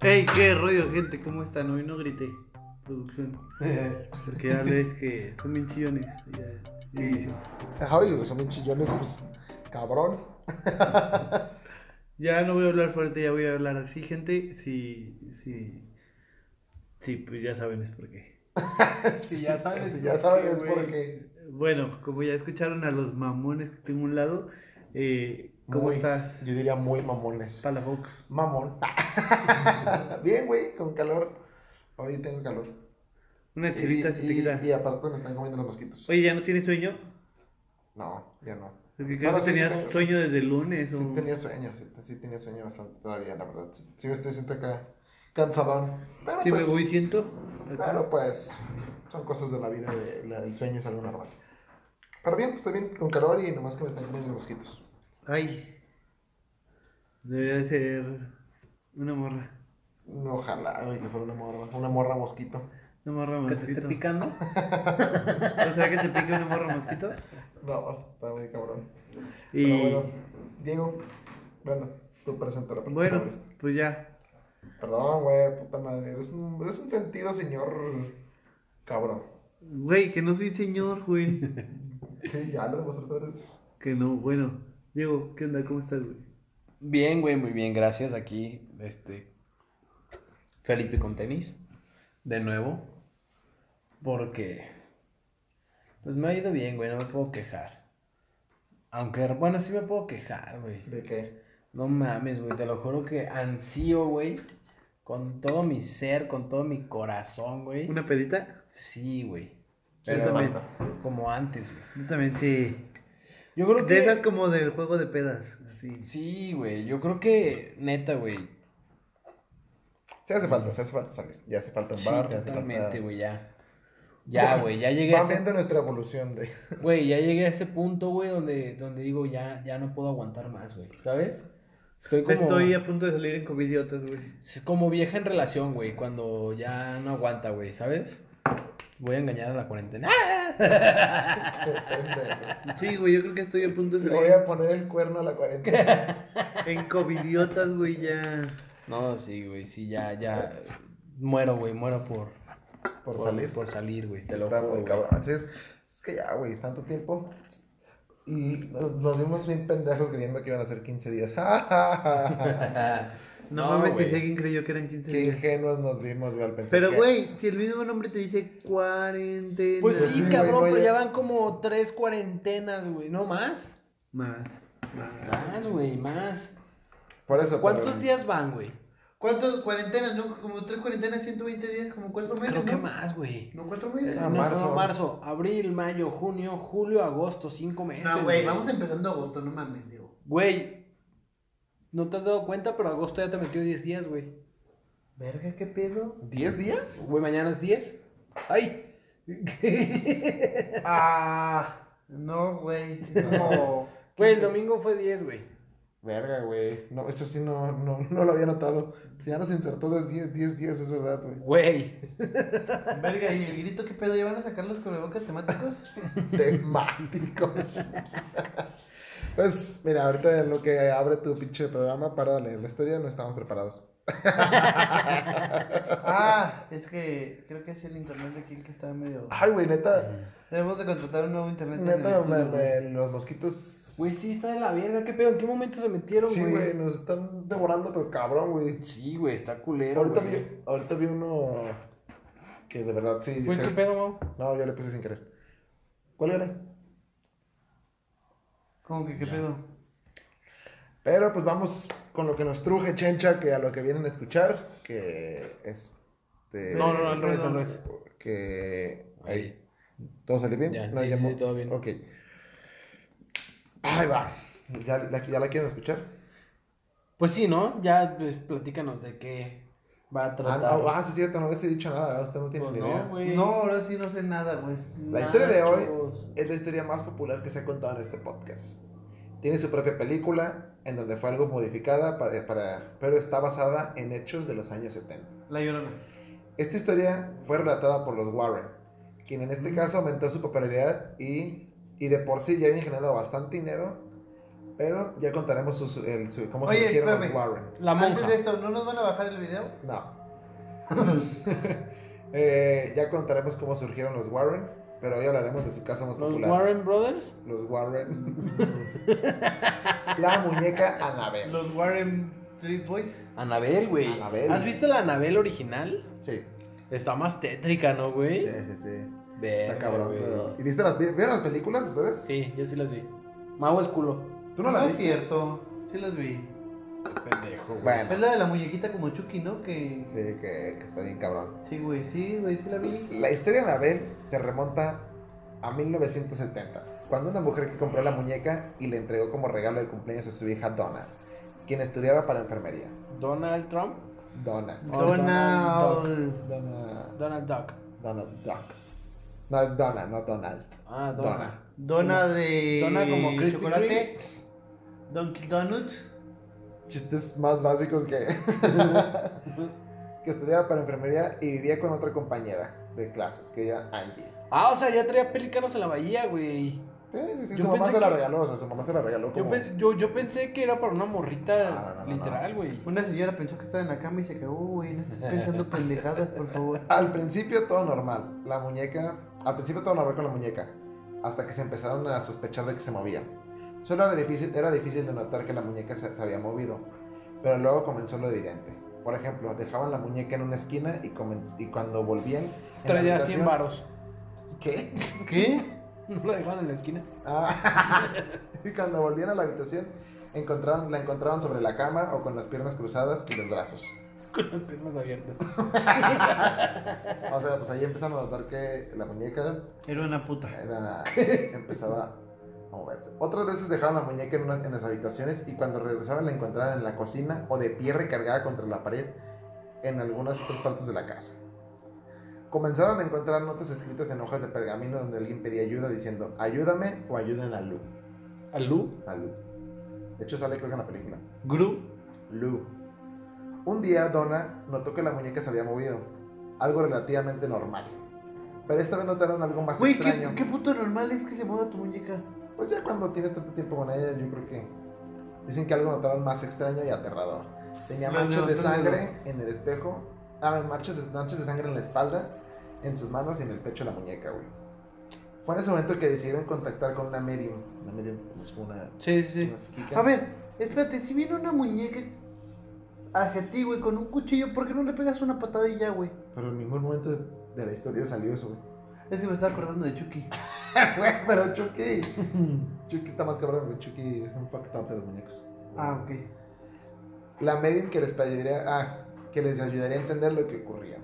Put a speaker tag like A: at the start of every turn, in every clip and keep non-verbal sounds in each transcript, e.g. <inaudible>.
A: Hey, qué rollo, gente, ¿cómo están? Hoy no grité, producción. Porque ya ves
B: <laughs>
A: que son bien chillones. Ya, ya
B: Y,
A: inició.
B: ajá, oye, güey, son bien chillones, pues, cabrón.
A: Ya no voy a hablar fuerte, ya voy a hablar así, gente. Si, si, si, pues ya saben es por qué.
C: Si ya sabes.
B: Si ya saben, es
C: güey.
B: porque.
A: Bueno, como ya escucharon a los mamones que tengo a un lado, eh, ¿cómo
B: muy-
A: estás?
B: Yo diría muy mamones.
A: Palafox. <laughs>
B: Mamón. bien, güey, con calor. Hoy tengo calor.
A: Una
B: Y,
A: chelita se te
B: y-
A: quita.
B: y aparte me están comiendo los mosquitos.
A: Oye, ¿ya no tienes sueño?
B: No, ya no.
A: Porque creo
B: Bueno,
A: que
B: sí, sí
A: tenías
B: tengo-
A: sueño desde el lunes.
B: Sí
A: o...
B: tenía sueño, sí, sí tenía sueño bastante todavía, la verdad. Sí, sí me estoy siento acá cansadón. Pero
A: Sí, me
B: pues,
A: voy siento. acá.
B: Claro, pues son cosas de la vida, de- la- el sueño es algo normal. Pero bien, estoy bien con calor y nomás que me están comiendo los mosquitos.
A: Ay. Debería de ser una morra.
B: No, ojalá, ay, que fuera una morra, una morra mosquito.
A: Una morra
C: Que te
A: mosquito.
C: esté picando.
A: ¿No será que te pique una morra <laughs> mosquito?
B: No, está muy cabrón.
A: Y
B: Pero
A: bueno,
B: bueno, Diego, bueno, tú presenta la
A: pues ya.
B: Perdón, güey, puta madre, eres un, eres un sentido señor cabrón.
A: Güey, que no soy señor, güey.
B: Sí, ya lo demostré otra vez.
A: que no, bueno. Diego, ¿qué onda? ¿Cómo estás, güey?
C: Bien, güey, muy bien, gracias. Aquí, este. Felipe con tenis. De nuevo. Porque. Pues me ha ido bien, güey, no me puedo quejar. Aunque, bueno, sí me puedo quejar, güey.
B: ¿De qué?
C: No mames, güey, te lo juro que ansío, güey. Con todo mi ser, con todo mi corazón, güey.
A: ¿Una pedita?
C: Sí, güey.
B: Sí,
C: Pero
B: también.
C: como antes, güey.
A: Yo también, sí.
C: Yo creo que.
A: De esas como del juego de pedas. Así.
C: Sí, güey. Yo creo que, neta, güey.
B: Se hace falta, se hace falta salir. Ya hace falta un
C: Sí,
B: bar, ya hace
C: totalmente,
B: falta.
C: güey, ya.
B: <laughs>
C: Ya, güey, ya llegué a
B: Va
C: ese,
B: viendo nuestra evolución de.
C: güey, ya llegué a ese punto, güey, donde, donde digo, ya, ya no puedo aguantar más, güey, ¿sabes? Estoy como,
A: Estoy a punto de salir en covidiotas, güey.
C: como vieja en relación, güey, cuando ya no aguanta, güey, ¿sabes? Voy a engañar a la cuarentena. ¡Ah!
A: <laughs>
C: <laughs>
A: Sí, güey, yo creo que estoy a punto de
B: Le voy a
A: salir
B: poner el cuerno a la cuarentena.
A: en covidiotas, güey, ya.
C: No, sí, güey, sí, ya, ya, muero, güey, muero por,
B: Por salir.
C: por salir, güey, te lo
B: Está
C: juro,
B: muy
C: güey.
B: cabrón. Entonces, es que ya, güey, tanto tiempo. Y nos, nos vimos bien pendejos creyendo que iban a ser 15 días. <laughs> Ja, ja, ja, ja.
C: <laughs>
A: No, mames,
C: güey.
A: que si alguien creyó que eran 15
B: Qué
A: días.
B: ingenuos nos vimos, güey, al pensar.
A: Pero,
B: que-
A: güey, si el mismo nombre te dice cuarentena.
C: Pues
B: Pues sí,
C: sí,
B: güey,
C: cabrón,
B: no
C: pero
B: hay-
C: ya van como tres cuarentenas, güey, no más.
A: Más, más.
C: Más, güey, más.
B: Por eso,
C: ¿Cuántos
B: pero-
C: días van, güey?
A: ¿Cuántos cuarentenas, no? Como tres cuarentenas, 120 días, como cuatro meses,
C: Creo que
A: ¿no?
C: más, güey.
A: No, cuatro
B: Eh,
A: meses.
B: Ah,
C: No, marzo.
B: marzo.
C: marzo, abril, mayo, junio, julio, agosto, cinco meses.
A: No, güey, vamos empezando agosto, no mames, digo.
C: Güey, no te has dado cuenta, pero agosto ya te metió 10 días, güey.
A: Verga, qué pedo.
B: ¿Diez días?
C: Güey, mañana es 10. ¡Ay! <laughs>
A: Ah, no, güey.
C: <laughs>
A: Como.
C: Güey, el domingo fue 10, güey.
B: Verga, güey. No, eso sí no, no, no lo había notado. Si ya nos insertó desde 10, 10 días, es verdad, güey.
C: <laughs> Güey.
A: Verga, ¿y el grito qué pedo? ¿Ya van a sacar los cubrebocas temáticos?
B: temáticos. <laughs> Pues mira, ahorita en lo que abre tu pinche programa para leer la historia no estamos preparados.
A: Ah, es que creo que es el internet de aquí el que está medio.
B: Ay, güey, neta,
A: Debemos de contratar un nuevo internet. en el
B: neta, me-
A: estudio, güey.
B: me- los mosquitos.
C: Güey, sí, está de la verga. ¿Qué pedo? ¿En qué momento se metieron,
B: sí, güey,
C: güey?
B: nos están devorando, pero cabrón, güey.
C: Sí, güey, está culero,
B: Ahorita
C: güey.
B: vi, ahorita vi uno que de verdad sí.
C: Güey, ¿qué
B: dices-
C: pedo, güey?
B: No, yo le puse sin querer. ¿Cuál era?
A: ¿Cómo que qué
C: Ya.
A: pedo?
B: Pero pues vamos con lo que nos truje, chencha, que a lo que vienen a escuchar, que este.
C: No, no, no, al revés, al
A: Perdón.
C: revés.
B: que ahí todo salió bien
C: Ya,
B: ¿No
C: sí,
B: llamó?
C: sí, todo bien.
B: ok ahí va ya la, ya la quieren escuchar
C: Pues sí, ¿no? Ya, pues, platícanos de qué va a
B: ah,
C: tratar.
B: no, ah, sí es cierto no les he dicho nada usted no tiene
C: Pues
B: ni
C: no,
B: idea
C: güey.
A: No, ahora sí no sé nada, güey.
B: la
C: Nah,
B: historia de hoy
C: chavos.
B: es la historia más popular que se ha contado en este podcast tiene su propia película en donde fue algo modificada para, para- pero está basada en hechos de los años 70
A: La llorona.
B: Esta historia fue relatada por los Warren, quien en
D: Mm.
B: este caso aumentó su popularidad y, y de por sí ya habían generado bastante dinero Pero ya contaremos sus- el- su- cómo
D: Oye,
B: surgieron los
D: espérame.
B: Warren.
C: La monja.
D: Antes de esto, ¿no nos van a bajar el video?
B: No.
D: <laughs>
B: <laughs> Eh, ya contaremos cómo surgieron los Warren, pero hoy hablaremos de su caso más
C: Los
B: popular.
C: Warren Brothers.
B: Los Warren. la muñeca Annabelle.
D: Los Warren Street Boys.
C: Anabel, güey.
B: Anabel.
C: ¿Has visto la Anabel original?
B: Sí,
C: Está más tétrica, ¿no,
B: sí,
C: güey?
B: sí, sí.
C: Verga,
B: Está cabrón.
C: Eh, güey.
B: pero- ¿Y viste las, vi- vieron las películas ustedes?
C: Sí, yo sí las vi. Mago es culo.
B: ¿Tú no, las
D: es
B: viste?
D: cierto. Sí las vi.
C: Pendejo, güey.
B: Bueno,
D: Es la de la muñequita como Chucky, ¿no? Que...
B: sí, que, que está bien cabrón.
D: Sí, güey, sí, güey, sí la vi.
B: La historia de Anabel se remonta a 1970, cuando una mujer que compró la muñeca y le entregó como regalo de cumpleaños a su hija Donna, quien estudiaba para enfermería.
C: Donald Trump.
B: Donna.
D: Donald.
B: Donna.
C: Donald Duck.
B: Donald Duck. No, es Donna, no Donald.
C: Ah, Donald.
B: Donna.
D: Dona de
C: Dona como Krispy
D: chocolate. Dunkin' Donuts.
B: Chistes más básicos
C: <laughs>
B: que. que estudiaba para enfermería y vivía con otra compañera de clases, que era Angie.
C: Ah, o sea, ya traía pelícanos a la bahía, güey.
B: Sí, sí, sí,
C: Yo
B: su mamá
C: pensé
B: se la
C: que-
B: regaló, o sea, su mamá se la regaló
C: Yo,
B: como...
C: pe- yo, yo pensé que era para una
B: No, no,
C: morrita
B: no, no,
C: literal,
B: no.
C: güey.
D: Una señora pensó que estaba en la cama y se quedó, güey, no estés pensando pendejadas, por favor.
B: Al principio todo normal, la muñeca... Al principio todo normal con la muñeca, hasta que se empezaron a sospechar de que se movía. Solo era difícil, era difícil de notar que la muñeca se, se había movido, pero luego comenzó lo evidente. Por ejemplo, dejaban la muñeca en una esquina y, comen- y cuando volvían... en la
C: Traía 100
B: habitación-
C: varos. <laughs>
B: ¿Qué?
D: ¿Qué?
C: No la dejaban en la esquina. <laughs>
B: Ah, <laughs> y cuando volvían a la habitación, encontraron, la encontraban sobre la cama o con las piernas cruzadas y los brazos.
C: Con las piernas abiertas.
B: O sea, pues ahí empezaron a notar que la muñeca
D: Era una puta.
B: era, <laughs> empezaba a moverse. Otras veces dejaban la muñeca en, unas- en las habitaciones y cuando regresaban la encontraban en la cocina o de pie recargada contra la pared en algunas otras partes de la casa. Comenzaron a encontrar notas escritas en hojas de pergamino donde alguien pedía ayuda diciendo ayúdame o ayuden a Lu.
C: ¿A Lu?
B: A Lu. De hecho sale creo que en la película.
D: Gru.
B: Lou. Un día Donna notó que la muñeca se había movido, algo relativamente normal. Pero esta vez notaron algo más
D: Güey, ¿qué,
B: extraño.
D: qué puto normal es que se mueva tu muñeca.
B: Pues ya cuando tienes tanto tiempo con ella, yo creo que dicen que algo notaron más extraño y aterrador. Tenía
D: Lo de
B: manchas de
D: otro
B: sangre en el espejo, ah, manchas de, manchas de sangre en la espalda, en sus manos y en el pecho de la muñeca, güey. Fue en ese momento que decidieron contactar con una medium, una medium como es una,
C: Sí, sí, sí.
B: una psíquica.
D: A ver, espérate, si viene una muñeca hacia ti, güey, con un cuchillo, ¿por qué no le pegas una patadilla, güey?
B: Pero en ningún momento de la historia salió eso, güey. <laughs>
D: Es que me estaba acordando de Chucky.
B: Güey, pero Chucky. Chucky está más cabrón, güey. Chucky es un fucked up de los muñecos.
D: Ah, ok.
B: La medium que les ayudaría, ah, que les ayudaría a entender lo que ocurría.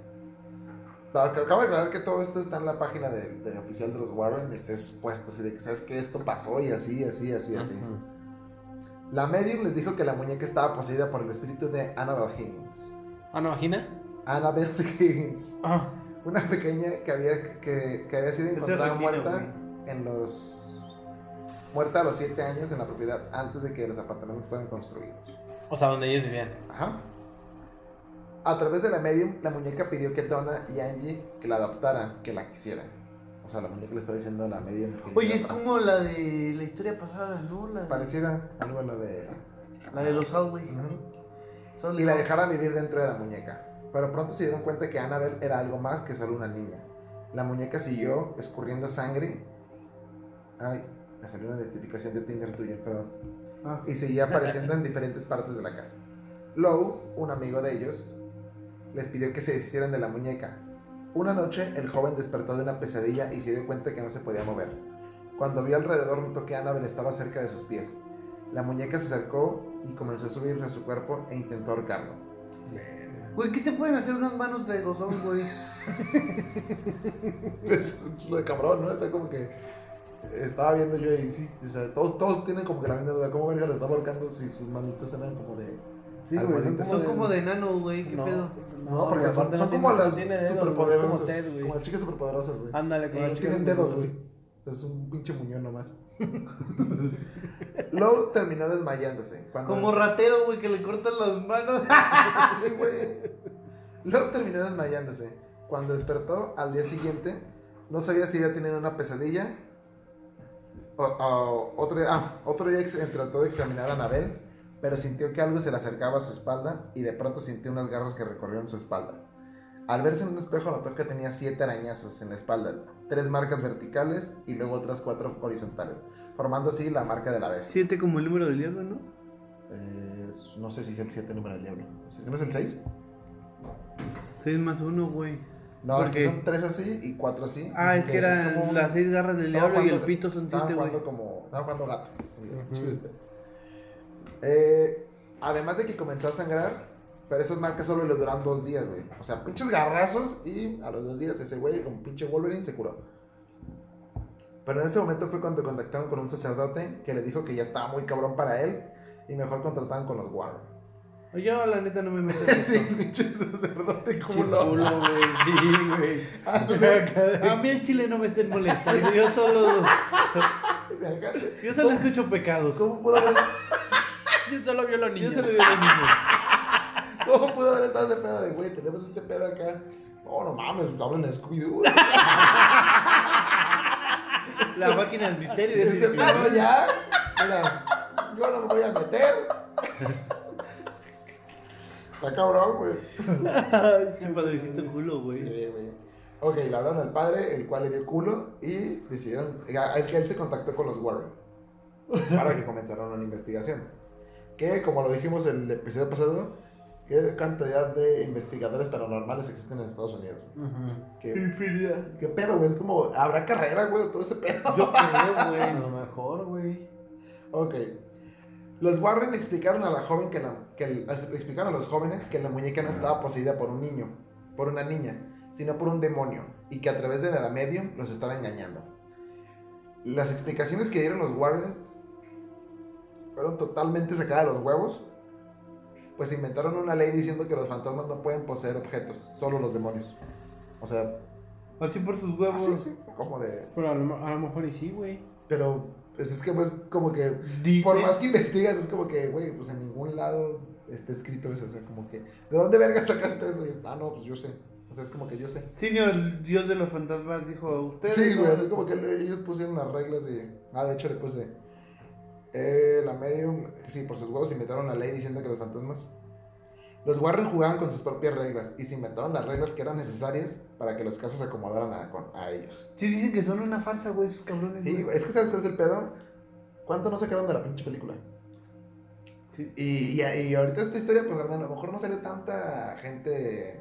B: Ac- Acabo de aclarar que todo esto está en la página del del oficial de los Warren, este es puesto así de que sabes que esto pasó y así, así, así, así. La medium les dijo que la muñeca estaba poseída por el espíritu de Annabelle Higgins.
C: Ah, no, Gina.
B: Annabelle <laughs> Higgins,
C: Ah,
B: una pequeña que había, que, que había sido
D: Esa es
B: encontrada
D: Regina,
B: muerta
D: güey.
B: en los muerta a los 7 años en la propiedad antes de que los apartamentos fueran construidos.
C: o sea, donde ellos vivían.
B: Ajá. A través de la medium, la muñeca pidió que Donna y Angie que la adoptaran, que la quisieran. O sea, la muñeca le está diciendo a la medium que
D: Oye, es
B: quisiera para-
D: como la de la historia pasada, ¿no? La,
B: pareciera algo a lo de
D: la de los Howley.
B: Ujú.
D: Son
B: y la dejara vivir dentro de la muñeca. Pero pronto se dieron cuenta que Annabelle era algo más que solo una niña. La muñeca siguió escurriendo sangre. Ay, me salió una identificación de Tinder tuya, perdón.
D: Ah.
B: y seguía apareciendo en diferentes partes de la casa. Lowe, un amigo de ellos, les pidió que se deshicieran de la muñeca. Una noche, el joven despertó de una pesadilla y se dio cuenta que no se podía mover. Cuando vio alrededor, notó que Annabel estaba cerca de sus pies. La muñeca se acercó y comenzó a subirse a su cuerpo e intentó <laughs> ahorcarlo.
D: Güey, ¿qué te pueden hacer unas manos de algodón,
B: <laughs>
D: güey?
B: Pues, lo de cabrón, ¿no? Está como que. Estaba viendo yo y sí, o sea, todos, todos tienen como que la misma duda. ¿Cómo verga lo estaba ahorcando si sus manitos eran como de.
C: Sí,
B: güey, son
D: Son como de enano, güey, qué pedo.
B: No, porque son, son como las superpoderosas. Como, las chicas superpoderosas, güey.
C: Ándale, con
B: No tienen dedos, güey. Es un pinche muñón nomás. <laughs> Lowe terminó desmayándose. Cuando
D: Como ratero, güey, que le cortan las manos.
B: <laughs>
D: <laughs>
B: Sí, güey. Lowe terminó desmayándose. Cuando despertó al día siguiente, no sabía si había tenido una pesadilla O- o- otro, ah, otro día ex- trató de examinar a Anabel, pero sintió que algo se le acercaba a su espalda y de pronto sintió unas garras que recorrieron su espalda. Al verse en un espejo notó que tenía siete arañazos en la espalda, tres marcas verticales y luego otras cuatro horizontales, formando así la marca de la bestia.
A: Siete como el número del diablo, ¿no?
B: Eh, no sé si es el 7 número del diablo. ¿No es el 6?
A: Seis más uno, güey.
B: No,
A: ¿Por
B: es que
A: qué?
B: son 3 así y 4 así.
A: Ah, es que eran
B: como un-
A: las seis garras del
B: Estaba
A: diablo y el
B: jugando-
A: pito son
B: estaba
A: siete, güey.
B: jugando como. Estaba jugando gato.
C: Ujú.
B: Chiste. Eh, además de que comenzó a sangrar, pero esas marcas solo le duran dos días, güey. O sea, pinches garrazos y a los dos días ese güey con pinche Wolverine se curó. Pero en ese momento fue cuando contactaron con un sacerdote que le dijo que ya estaba muy cabrón para él y mejor contrataban con los Warren.
A: <laughs> Yo, la neta, no me meto
B: <laughs>
A: en eso.
B: Sí, pinche sacerdote
A: Chiculo,
B: culo.
A: güey. Sí, güey. <laughs> A mí el chile no me estén molestando. Yo solo, yo solo escucho pecados.
B: ¿Cómo pudo haber
C: Yo solo vio los
A: Yo
C: niños.
A: solo veo lo mismo.
C: <laughs>
B: <laughs> ¿Cómo pudo haber estado ese pedo de, güey, tenemos este pedo acá? No, no mames, hablan de Scooby-Doo. güey.
A: La máquina del misterio. es
B: Ese
A: decir,
B: pedo ya, mira, yo no me voy a meter. Está cabrón, güey.
A: Qué padrecito culo, güey.
B: Sí, güey. Ok, le hablaron al padre, el cual le dio culo y decidieron, a- él, él se contactó con los Warren para que comenzaron una investigación. Que, como lo dijimos en el episodio pasado, qué cantidad de investigadores paranormales existen en Estados Unidos.
A: Mm.
B: Que,
A: Infinidad.
B: ¿Qué pedo, güey? Es como, ¿habrá carrera, güey? Todo ese pedo.
A: Yo creo,
C: A
A: güey.
C: lo mejor, güey.
B: Ok. Los Warren explicaron a la joven que la, que el- le explicaron a los jóvenes que la muñeca no estaba poseída por un niño, por una niña, sino por un demonio, y que a través de la medium los estaba engañando. Las explicaciones que dieron los Warren fueron totalmente sacadas de los huevos, pues inventaron una ley diciendo que los fantasmas no pueden poseer objetos, solo los demonios. O sea,
A: Así por sus
B: así,
A: huevos.
B: Ah, sí, como de...
C: Pero a lo, a lo mejor y sí, güey.
B: Pero pues, es que pues como que
A: Dice-
B: por más que investigas, es como que, güey, pues en ningún lado está escrito eso. O sea, como que, ¿de dónde verga sacaste eso? Y, ah, no, pues yo sé. O sea, es como que yo sé.
A: Sí, no, el dios de los fantasmas dijo, ustedes...
B: Sí,
A: no-
B: güey, así como que ellos pusieron las reglas y. Ah, de hecho le puse. Eh, la medium, sí, por sus huevos inventaron la ley diciendo que los fantasmas. Los Warren jugaban con sus propias reglas y se inventaron las reglas que eran necesarias para que los casos se acomodaran a, con- a ellos.
A: Sí, dicen que son una farsa, güey, esos cabrones.
B: Y,
A: güey.
B: güey, es que, ¿sabes cuál es el pedo? ¿Cuánto no sacaron de la pinche película?
A: Sí.
B: Y, y, y ahorita esta historia, pues hermano, a lo mejor no salió tanta gente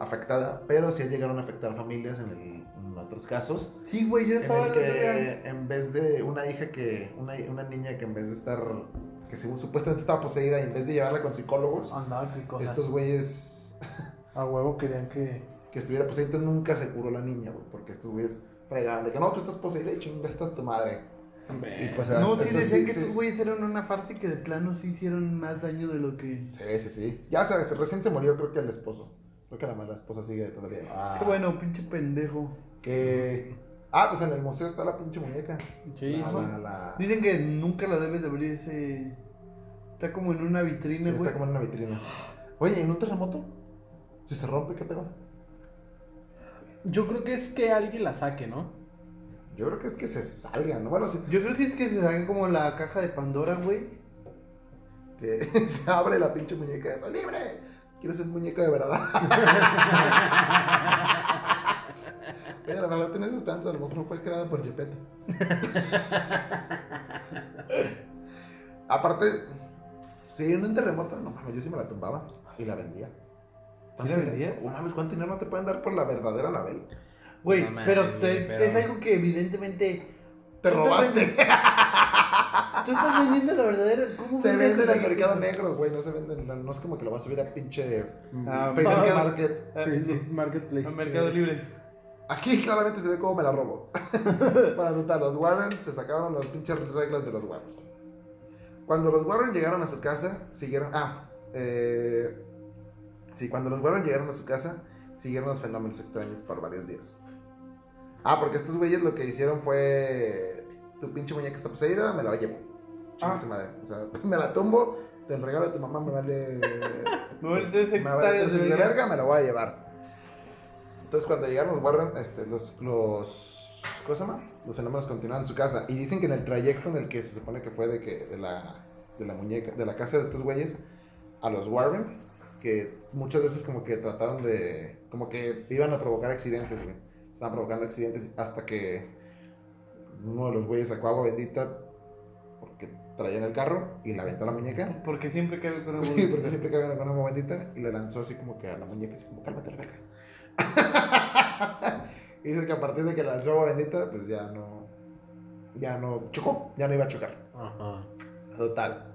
B: afectada, pero sí llegaron a afectar familias en, el- en otros casos.
A: Sí, güey, yo
B: En
A: estaba...
B: el
A: el otro día.
B: que en vez de una hija que, una, una niña que en vez de estar, que según supuestamente estaba poseída, y en vez de llevarla con psicólogos,
A: Ah,
C: Andaba que cosa.
B: estos güeyes
C: A huevo querían que.
B: que estuviera poseída, entonces nunca se curó la niña, güey, porque estos güeyes fregaban de que no, tú estás poseída y chinga está tu madre. Y pues,
A: Eh, No, sí,
B: entonces,
A: decían que
B: sí.
A: estos güeyes eran una farsa y que de plano sí hicieron más daño de lo que...
B: Sí, sí, sí. Ya se, se- recién se murió, creo que el esposo. Creo que la, la esposa sigue todavía. Ah.
A: Qué bueno, pinche pendejo.
B: Que. Ah, pues en el museo está la pinche muñeca.
C: Sí,
B: La-
C: eso.
B: la- la-
A: Dicen que nunca la debes de abrir ese... Está como en una vitrina, güey.
B: Está como en una vitrina. Oye, ¿en un terremoto? Si se rompe, ¿qué pedo?
C: Yo creo que es que alguien la saque, ¿no?
B: Yo creo que es que se salgan. ¿no? Bueno, sí.
A: Yo creo que es que se saca como la caja de Pandora, güey.
B: Que <laughs> se abre la pinche muñeca. ¡Soy libre! Quiero ser muñeca
A: <laughs>
B: de verdad. Oye, la verdad tienes esperanza. A lo mejor no fue creada por
A: <laughs>
B: Gepetto. Aparte, si en un terremoto, no mames, yo sí me la tumbaba y la vendía.
A: ¿Sí la vendía?
B: No mames, ¿cuánto dinero no te pueden dar por la verdadera Anabel?
A: Güey,
C: No mames,
A: pero, te-
C: pero-
A: es algo que evidentemente...
B: Te
A: tú estás <laughs>
B: robaste.
A: vendi- Tú estás vendiendo la verdadera... ¿Cómo
B: Se
A: vendes <laughs>
B: vende en el
A: la-
B: mercado negro, güey. No se vende, en la- no es como que lo vas a subir a pinche
C: Ah,
B: Facebook
A: mercado-
B: Market.
A: Ah, sí.
C: Marketplace.
A: A Mercado Libre.
B: Aquí claramente se ve cómo me la robo. <laughs> Para notar, los Warren se sacaron las pinches reglas de los Warren. Cuando los Warren llegaron a su casa, siguieron. Ah, eh, sí, cuando los Warren llegaron a su casa, siguieron los fenómenos extraños por varios días. Ah, porque estos güeyes lo que hicieron fue. Tu pinche muñeca está poseída, me la llevo. Chingue
A: Ah.
B: su madre. O sea, <laughs> me la tumbo, te regalo de tu mamá, me vale.
A: Me vale tres
B: Pues, me vale
A: hectáreas
B: tres de
A: de verga.
B: verga, me la voy a llevar. Entonces, cuando llegaron los Warren, este, los, los ¿Cómo se llama? Los fenómenos continúan en su casa. Y dicen que en el trayecto en el que se supone que fue de que de la, de la muñeca, de la casa de estos güeyes a los Warren, que muchas veces como que trataron de. como que iban a provocar accidentes, güey. Estaban provocando accidentes hasta que uno de los güeyes sacó agua bendita porque traía en el carro y la aventó a la muñeca.
A: Porque siempre que con
B: <laughs> Sí, porque siempre cagan con agua bendita y le lanzó así como que a la muñeca, así como cálmate la verga. <laughs> y dice que a partir de que lanzó agua bendita, pues ya no. Ya no chocó, ya no iba a chocar.
C: Ajá.
B: Total.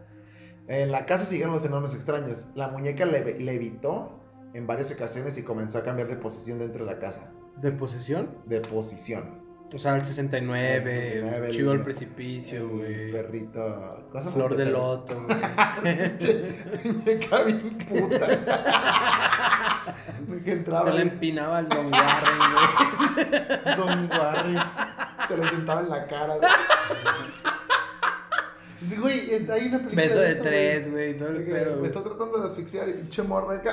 B: En la casa siguieron los fenómenos extraños. La muñeca leve- levitó en varias ocasiones y comenzó a cambiar de posición dentro de la casa.
C: ¿De posesión?
B: De posición.
C: O sea, el 69,
B: El 69,
C: Chivo
B: el-
C: al precipicio,
B: El
C: güey.
B: Perrito. ¿cómo se llama?
C: Flor de
B: <laughs>
C: loto, güey.
B: Muñeca
C: <laughs>
B: bien puta. que entraba.
C: Se le
B: bien-
C: empinaba al Don Warren,
B: <laughs>
C: güey.
B: Don Barry. Se le sentaba en la cara.
D: Güey, es- hay una película.
C: Beso de
D: eso,
C: tres, güey. Todo el
B: Oye,
C: pedo,
B: me
C: güey.
B: está tratando de asfixiar y pinche morra acá.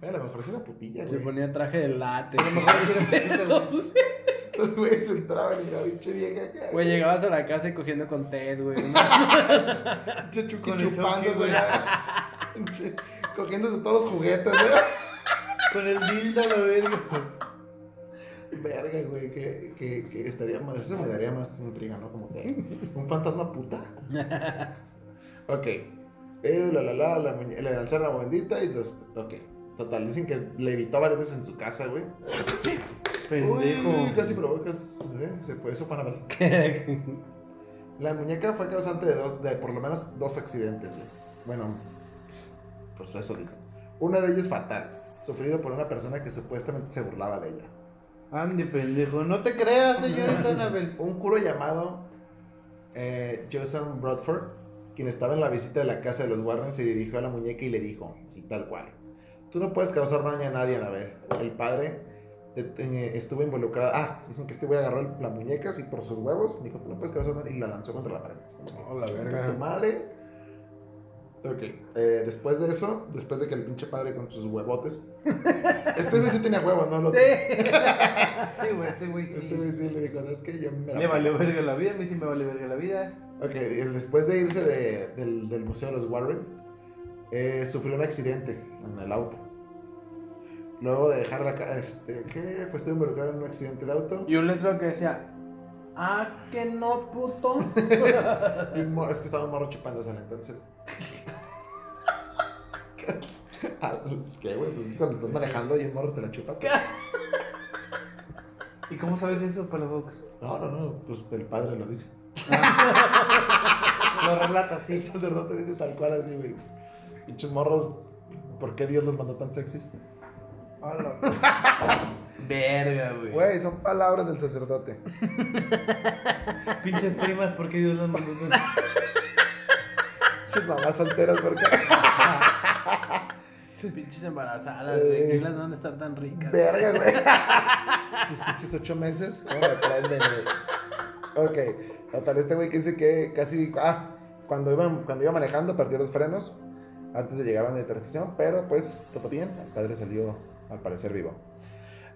B: Oye, a lo mejor es una putilla,
C: Se
B: güey.
C: ponía traje de látex.
B: A lo mejor es una putilla, güey. Los güeyes entraban y la pinche vieja acá.
C: Güey, llegabas a la casa y cogiendo con Ted, güey. <laughs>
B: <laughs>
C: ¿no?
B: Pinche chuki
A: Con el
B: chupándose,
A: choque, güey.
B: acá. Pinche Cogiéndose todos los juguetes, güey.
A: Con el dildo a la verga.
B: Verga, güey, que, que, que estaría más. Eso me daría más intriga, ¿no? Como que. Un fantasma <laughs> puta. Ok. Eh, la, la, la, la, muñe- le lanzaron la bendita y los. Ok. Total, dicen que le evitó varias veces en su casa, güey. Uy,
C: <laughs>
A: Pendejo.
B: casi provocas. ¿eh? Se puede eso para ver. La muñeca fue causante de, dos- de por lo menos dos accidentes, güey. Bueno, pues eso dicen. Uno de ellos fatal, sufrido por una persona que supuestamente se burlaba de ella.
A: Ande, pendejo.
D: No te creas, señorita Anabel.
B: Un curo llamado eh, Joseph Bradford, quien estaba en la visita de la casa de los Warren, se dirigió a la muñeca y le dijo, así tal cual, tú no puedes causar daño a nadie, Anabel. El padre de- eh, estuvo involucrado. Ah, dicen que este güey agarró el- la muñeca así por sus huevos, dijo, tú no puedes causar daño, y la lanzó contra la pared. Así como que,
C: Oh, la
B: "Chinga
C: verga.
B: tu madre. Ok, eh, después de eso, después de que el pinche padre con sus huevotes... <laughs> Este güey sí tenía huevos, ¿no? Lo-
D: Sí, güey, este güey
B: Este güey sí le dijo, es que yo me la
A: Le valió verga la vida. A mí sí me vale verga la vida.
B: Ok, eh, después de irse de- del, del Museo de los Warren, eh, sufrió un accidente en el auto. Luego de dejar la casa, este, ¿qué? Pues estuvo involucrado en un accidente
C: <laughs>
B: de auto.
C: Y un letrero que decía, ah, que no, puto.
B: <laughs> Y un morro- es que estaba un morro chupándosela, entonces. Ah, ¿Qué, güey? Pues cuando estás manejando y un morro te la chupa. pues.
A: ¿Y cómo sabes eso, Palafox?
B: No, no, no, pues el padre lo dice.
A: Lo relata, sí.
B: El sacerdote dice tal cual así, güey. Pinches morros, ¿por qué Dios los mandó tan sexys?
C: Verga, güey.
B: Güey, son palabras del sacerdote.
A: Pinches primas, ¿por qué Dios las mandó? tan-
B: Pinches mamás solteras, ¿por qué?
C: Pinches embarazadas, güey.
B: Eh.
C: ¿Qué las van a estar tan ricas?
B: Verga, güey. Sus pinches ocho meses. ¿Cómo me prenden, güey? Ok. Total, este güey que dice que casi. Ah, cuando iba, cuando iba manejando perdió los frenos antes de llegar a la intersección, pero pues todo bien. El padre salió al parecer vivo.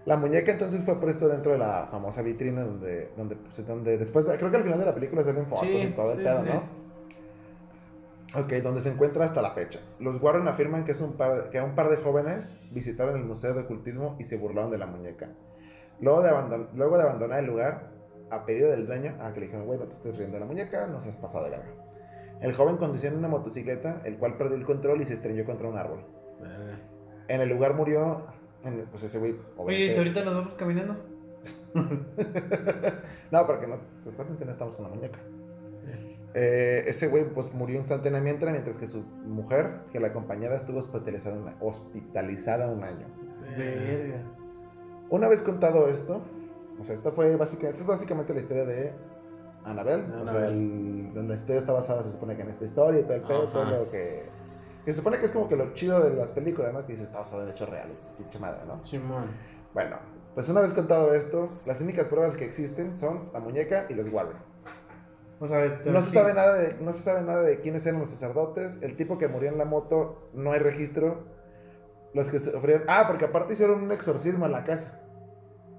B: La muñeca entonces fue puesta dentro de la famosa vitrina donde, donde, pues, donde después, de- creo que al final de la película salen fotos
C: Sí,
B: y todo el
C: sí,
B: pedo,
C: sí.
B: ¿no? Ok, donde se encuentra hasta la fecha. Los Warren afirman que, es un par, que un par de jóvenes visitaron el Museo de Ocultismo y se burlaron de la muñeca. Luego de, abandon- luego de abandonar el lugar, a pedido del dueño, a que le dijeron, güey, no te estés riendo de la muñeca, no seas pasado de verga. El joven conducía en una motocicleta, el cual perdió el control y se estrelló contra un árbol.
C: Verga.
B: En el lugar murió, en- pues ese güey...
A: Oye, ¿y
B: obviamente-
A: si ahorita nos vamos caminando?
B: <laughs> no, porque no, realmente no estamos con la muñeca. Eh, ese güey pues murió instantáneamente mientras que su mujer que la acompañaba estuvo hospitalizada un, hospitalizada un año.
A: Verga.
B: Una vez contado esto, o sea, esta fue básicamente, esta es básicamente la historia de Anabel. O sea, el- la historia está basada, se supone que en esta historia y todo el pedo,
C: Ajá.
B: todo lo que. que se supone que es como que lo chido de las películas, ¿no? Que dices, está basado en hechos reales, pinche madre, ¿no?
C: Simón.
B: Bueno, pues una vez contado esto, las únicas pruebas que existen son la muñeca y los Warren.
A: O sea,
B: No se
A: sí.
B: sabe nada de, no se sabe nada de quiénes eran los sacerdotes, el tipo que murió en la moto, no hay registro. Los que sufrieron, ah, porque aparte hicieron un exorcismo en la casa.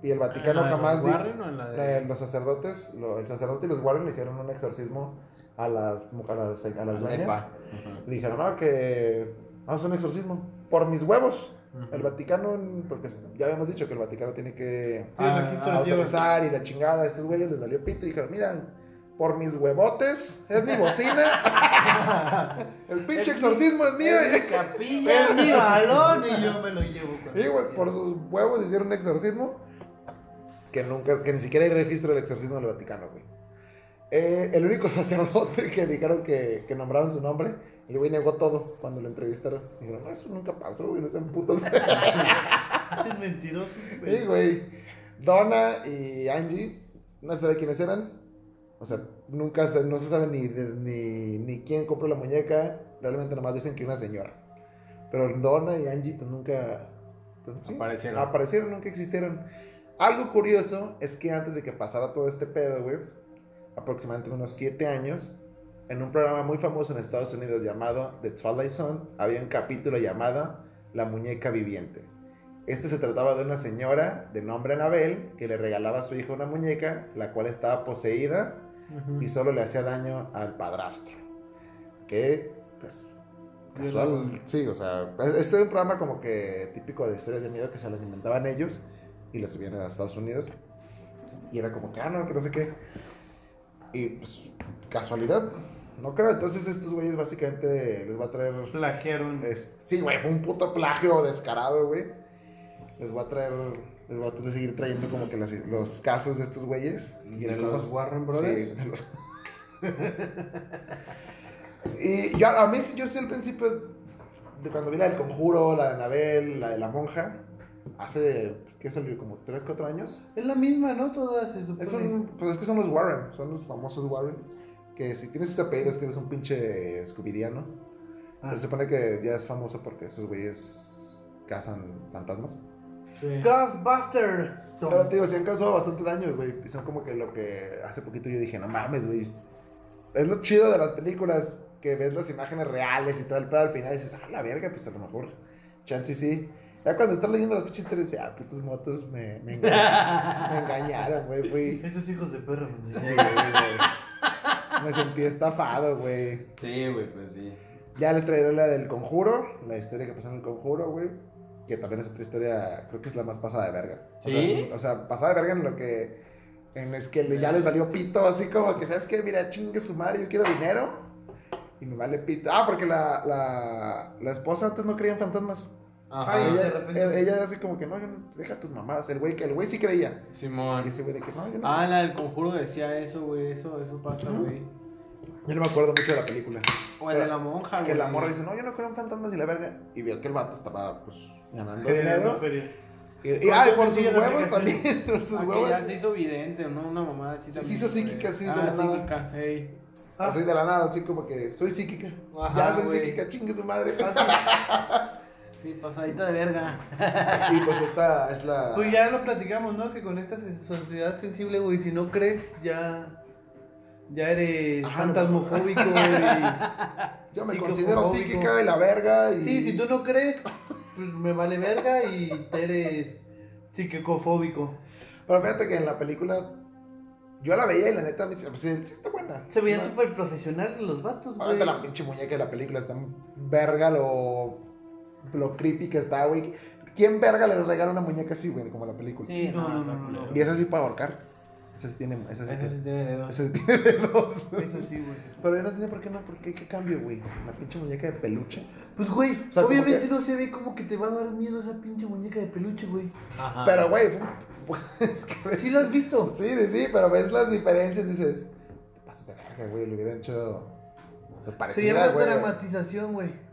B: Y el Vaticano
C: ¿En la de
B: jamás
C: Ah, los
B: dijo-
C: Warren o en la de-
B: la- los sacerdotes, lo- el sacerdote y los Warren le hicieron un exorcismo a las mu- a las, a las dueñas.
C: Epa. Ajá.
B: Y dijeron, no, que vamos a hacer un exorcismo. Por mis huevos.
C: Ujú.
B: El Vaticano, porque ya habíamos dicho que el Vaticano tiene que
A: Sí,
C: Ah,
A: registro
B: a
A: de Dios.
B: autorizar y la chingada. Estos güeyes les valió pito y dijeron, mira, por mis huevotes, es mi bocina.
A: <laughs>
B: el pinche exorcismo es mío. <laughs>
C: Es mi capilla.
D: Es mi balón y yo me lo llevo. cuando
B: Y güey, por sus huevos hicieron un exorcismo que nunca, que ni siquiera hay registro del exorcismo del Vaticano, güey. Eh, el único <laughs> sacerdote que dijeron que, que nombraron su nombre, el güey negó todo cuando lo entrevistaron. Dijeron, no, eso nunca pasó, güey, no sean putos.
A: Ah,
D: quiera. Es mentiroso.
B: sí,
D: güey.
B: güey. Donna y Angie, no se sabe quiénes eran. O sea, nunca se, no se sabe ni, de- ni, ni quién compró la muñeca. Realmente nomás dicen que una señora. Pero Donna y Angie pues, nunca pues, sí,
C: Aparecieron.
B: aparecieron, nunca existieron. Algo curioso es que antes de que pasara todo este pedo, güey, aproximadamente unos 7 años, en un programa muy famoso en Estados Unidos llamado The Twilight Zone, había un capítulo llamado La muñeca viviente. Este se trataba de una señora de nombre Anabel que le regalaba a su hija una muñeca, la cual estaba poseída
A: Ujú.
B: y solo le hacía daño al padrastro. Que, pues,
A: Violaba.
B: casual. Sí, o sea, pues, este es un programa como que típico de historias de miedo que se las inventaban ellos y las subían a Estados Unidos. Y era como que, ah, no, que no sé qué. Y pues, casualidad, no creo. Entonces, estos güeyes básicamente les va a traer.
A: Plagiaron.
B: Es- sí, güey, fue un puto plagio descarado, güey. Les voy a traer. Les voy a tra- seguir trayendo como que los, los casos de estos güeyes. Y
C: ¿De
B: el
C: los
B: cómo-
C: Warren Brothers?
B: Sí, de los- <laughs> y yo, a mí, yo sé al principio, de cuando vi la del conjuro, la de Anabel, la de la monja, hace. pues, ¿Qué salió? Como 3, 4 años.
D: Es la misma, ¿no? Todas se supone.
B: Es un- pues es que son los Warren, son los famosos Warren. Que si tienes este apellido es que eres un pinche escubidiano.
D: Ah.
B: Se supone que ya es famoso porque esos güeyes cazan fantasmas.
A: Sí.
D: Ghostbuster.
B: Pero te digo, se han causado bastante daño, güey. Y son como que lo que hace poquito yo dije, no mames, güey. Es lo chido de las películas, que ves las imágenes reales y todo el pedo al final y dices, ah, la verga, pues a lo mejor. Chance y sí. Ya cuando estás leyendo las pinches historias, dices, ah, putos motos me, me engañaron, me engañaron, güey, fui.
D: Esos hijos de perro. güey.
B: Sí, güey, güey. <laughs> Me sentí estafado, güey.
C: Sí, güey, pues sí.
B: Ya les traeré la del conjuro, la historia que pasó en el conjuro, güey. Que también es otra historia, creo que es la más pasada de verga. O sea,
C: ¿Sí?
B: O sea, pasada de verga en lo que. En es que ya les valió pito, así como que, ¿sabes qué? Mira, chingue su madre, yo quiero dinero. Y me vale pito. Ah, porque la, la, la esposa antes no creía en fantasmas.
C: Ajá.
D: Ay,
B: ella,
D: de repente.
B: e- ella así como que, no, yo no- deja tus mamadas. El güey, que- el güey sí creía. Y
C: Simón.
B: ese güey de que, no, yo no.
C: Ah, la del conjuro decía eso, güey. Eso, eso pasa,
B: Ujú.
C: güey.
B: Yo no me acuerdo mucho de la película.
C: O el de
B: Pero-
C: la monja,
D: Ah,
C: güey.
B: Que la morra dice, no, yo no creo en fantasmas y la verga. Y vio que el vato estaba, pues, ganando
D: Tiene
B: dinero.
D: la feria.
B: Y, y, ay,
D: ¿Cuánto
B: por sus
D: sigue la
B: huevos
D: aplicación?
B: también. Por sus
C: Ah, que
B: huevos.
C: ya se hizo vidente, ¿no? Una mamada así
B: Sí, se
C: también.
B: hizo psíquica, sí, de
C: ah,
B: la nada.
C: psíquica, ey.
D: Ah,
B: Así de la nada, así como que soy psíquica.
C: Ajá,
B: ya soy
C: güey.
B: psíquica, chingue su madre.
A: <laughs>
C: Sí, pasadita de verga.
B: y pues esta es la.
D: Pues ya lo platicamos, ¿no? Que con esta sensualidad sensible, güey, si no crees, ya. Ya eres
B: Ajá,
D: fantasmofóbico,
B: <laughs>
D: güey.
B: Yo me
D: psíquico,
B: considero
D: fóbico.
B: psíquica y la verga. Y...
D: Sí, si tú no crees, pues me vale verga y te eres psiquicofóbico.
B: Pero fíjate que en la película. Yo la veía y la neta me decía, pues sí, sí está buena.
D: Se veían
B: No,
D: súper profesionales los vatos, güey.
B: Obviamente la pinche muñeca Ah, de la película está verga lo. Lo creepy que está, güey. ¿Quién verga le regala una muñeca así, güey? Como la película.
C: Sí,
D: No, no,
C: está
D: no, no.
C: culero.
B: Y esa sí para ahorcar. Esa sí tiene. Esa sí,
C: Esa sí tiene dedos.
B: esa sí tiene dedos.
D: Eso sí, güey.
B: Pero yo no entiendo por qué no, porque qué cambio, güey. La pinche muñeca de peluche.
D: Pues, güey,
B: sea, como
D: obviamente
B: que-
D: no se ve como que te va a dar miedo esa pinche muñeca de peluche, güey.
C: Ajá.
B: Pero, güey, <laughs> pues, es que ves-
D: Ah. ¿Sí la has visto?
B: Sí, sí, sí, pero ves las diferencias y dices, te pasas de verga, güey, le hubieran hecho pues,
D: Se
B: parecida,
D: llama
B: güey.
D: dramatización, güey.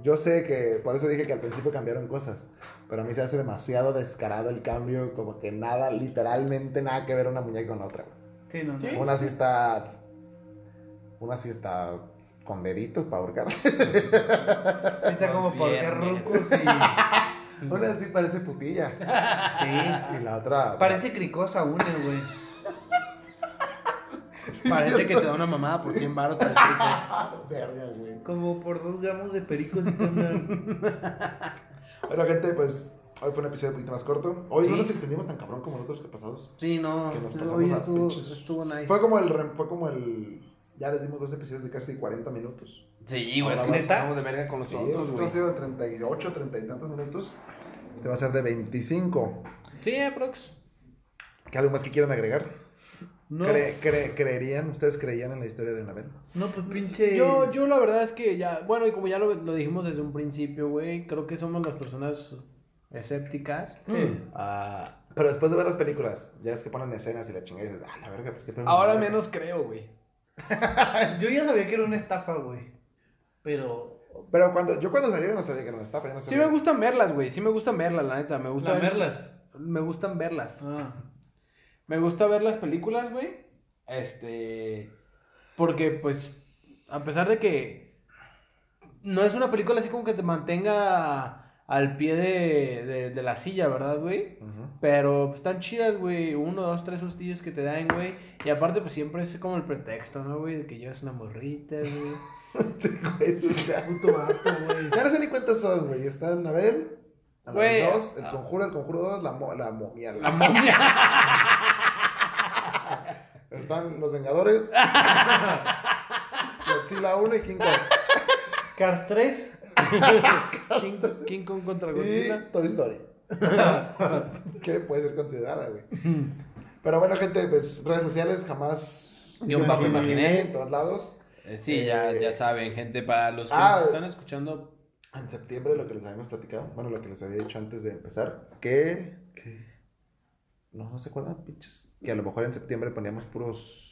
B: Yo sé que, por eso dije que al principio cambiaron cosas, pero a mí se hace demasiado descarado el cambio, como que nada, literalmente nada que ver una muñeca con la otra. güey.
D: Sí, no, no.
C: ¿Sí?
B: Una sí está, una sí está con deditos para ahorcar. <laughs>
D: Está
C: Los
D: como para
C: viernes.
D: carrucos y...
B: Una sí parece
D: <laughs>
B: pupilla
D: Sí.
B: y la <laughs> otra...
D: Parece cricosa una, güey.
C: Parece que te da una mamada por 100 baros. para el chico.
B: Ah, verga, güey.
D: Como por dos gramos de perico se te andan.
B: Bueno, gente, pues Hoy fue un episodio un poquito más corto. Hoy no
C: Sí.
B: nos extendimos tan cabrón como los otros que pasados.
C: Sí, no,
B: Que nos
C: hoy
B: pasamos a
C: estuvo,
B: pinches-
C: estuvo nice.
B: Fue como el. rem- Fue como el. Ya les dimos dos episodios de casi 40 minutos.
C: Sí, güey, es
B: Ahora
C: que
B: vas,
C: nos pasamos de verga con los
B: Sí,
C: otros,
B: nosotros
C: güey.
B: han sido de 38, 30 y tantos minutos. Este va a ser de 25.
C: Sí, aprox.
B: ¿Qué algo más que quieran agregar?
A: No,
B: Cre- cre- ¿Creerían? ¿Ustedes creían en la historia de Anabel?
A: no, pues pinche.
C: Yo,
B: <laughs>
C: yo la verdad es que ya, bueno, y como ya lo, lo dijimos desde un principio, güey, creo que somos las personas escépticas.
A: Sí.
B: Mm.
C: Ah,
B: Pero después de ver las películas, ya es que ponen escenas y la chingada y dices, ah, la verga, pues qué pedo.
C: ahora menos creo, güey.
A: Yo ya sabía que era una estafa, güey. Pero.
B: Pero cuando, yo cuando salí yo no sabía que era una estafa, yo no
C: Sí
B: sabía.
C: me gustan verlas, güey, sí me gustan verlas, la neta, me gusta
A: ¿La verlas?
C: Me gustan verlas.
A: Ah.
C: Me gusta ver las películas, güey. Este. Porque, pues, a pesar de que no es una película así como que te mantenga al pie de, de, de la silla, ¿verdad, güey?
B: Ujú.
C: Pero pues, están chidas, güey. Uno, dos, tres sustillos que te dan, güey. Y aparte, pues siempre es como el pretexto, ¿no, güey? De que llevas una morrita, güey.
B: Güey, o sea,
A: Puto vato, güey.
B: ya no sé ni cuántas son, güey. Está Anabel, Anabel
C: Güey,
B: 2, El
C: ah.
B: Conjuro, El Conjuro 2, La, mo- la momia.
C: La
B: La...
C: momia.
B: Están
C: <laughs>
B: Los Vengadores. Godzilla 1 y King Kong.
A: Cars 3.
C: <laughs> King, King Kong contra Godzilla.
B: Y Toy
C: <laughs>
B: Story. que puede ser considerada, güey. Pero bueno, gente, pues redes sociales jamás.
C: Guión bajo imaginé.
B: En todos lados.
C: Eh, sí, ya, ya saben, gente. Para los que
B: Ah.
C: nos están escuchando,
B: En septiembre, lo que les habíamos platicado, bueno, lo que les había dicho antes de empezar, que. No, no se acuerdan, pinches. Que a lo mejor en septiembre poníamos puros.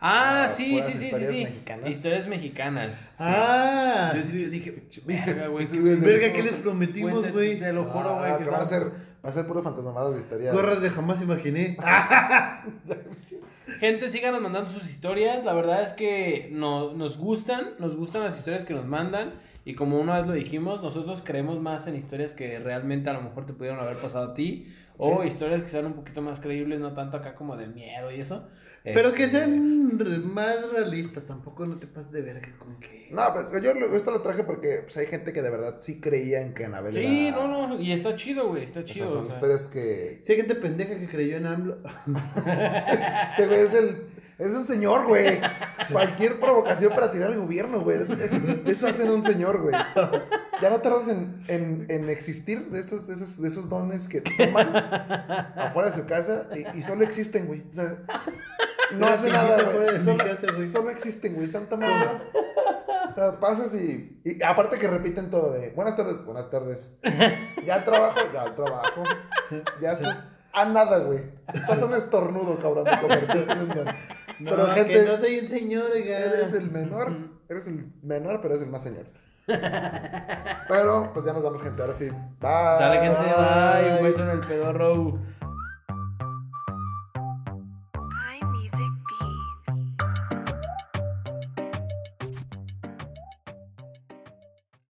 C: Ah,
B: Ah,
C: sí,
B: puras
C: sí, sí, sí,
B: historias
C: sí.
B: mexicanas.
C: Historias mexicanas.
A: Ah. Yo sí dije.
C: Verga, güey.
B: Sí, güey,
A: Verga,
B: no.
A: ¿qué les prometimos,
C: te-
A: güey?
C: Te lo juro, güey.
B: Ah,
C: que
B: que van a
C: estamos-
B: ser, va a ser puro fantasmamadas de historias.
A: Gorras de jamás imaginé.
B: Ah,
C: Gente, síganos mandando sus historias. La verdad es que no- nos gustan, nos gustan las historias que nos mandan. Y como una vez lo dijimos, nosotros creemos más en historias que realmente a lo mejor te pudieron haber pasado a ti. O
B: Sí.
C: historias que sean un poquito más creíbles, no tanto acá como de miedo y eso.
A: Pero que
C: Este,
A: sean re- más realistas, tampoco no te pases de verga con que.
B: No, pues yo lo- esto lo traje porque pues, hay gente que de verdad sí creía en que Anabel
C: Sí,
B: era-
C: no, no. Y está chido, güey. Está
B: o sea,
C: chido.
B: son
C: o sea.
B: historias que.
A: Si hay gente pendeja que creyó en AMLO.
B: Este güey es el. Es un señor, güey. Cualquier provocación para tirar al gobierno, güey. Eso, eso hacen un señor, güey. Ya no tardas en, en, en existir de esos, de, esos, de esos dones que toman afuera de su casa y, y solo existen, güey. O sea,
A: <laughs>
B: no hace nada,
A: Afuera de
B: güey.
A: mi
B: Solo,
A: casa, güey.
B: solo existen, güey. Están tomando. O sea, pasas y, y aparte que repiten todo de buenas tardes, buenas tardes. Ya al trabajo, ya al trabajo. Ya estás a nada, güey. Estás a un estornudo, cabrón, de convertirte en un don.
A: No,
B: Pero, gente,
A: que no soy un señor, oiga.
B: Eres el menor, eres el menor, pero eres el más señor. Pero, pues ya nos vamos, gente. Ahora sí. Bye.
C: Sale gente,
A: Bye.
C: ay, güey, son el pedorro.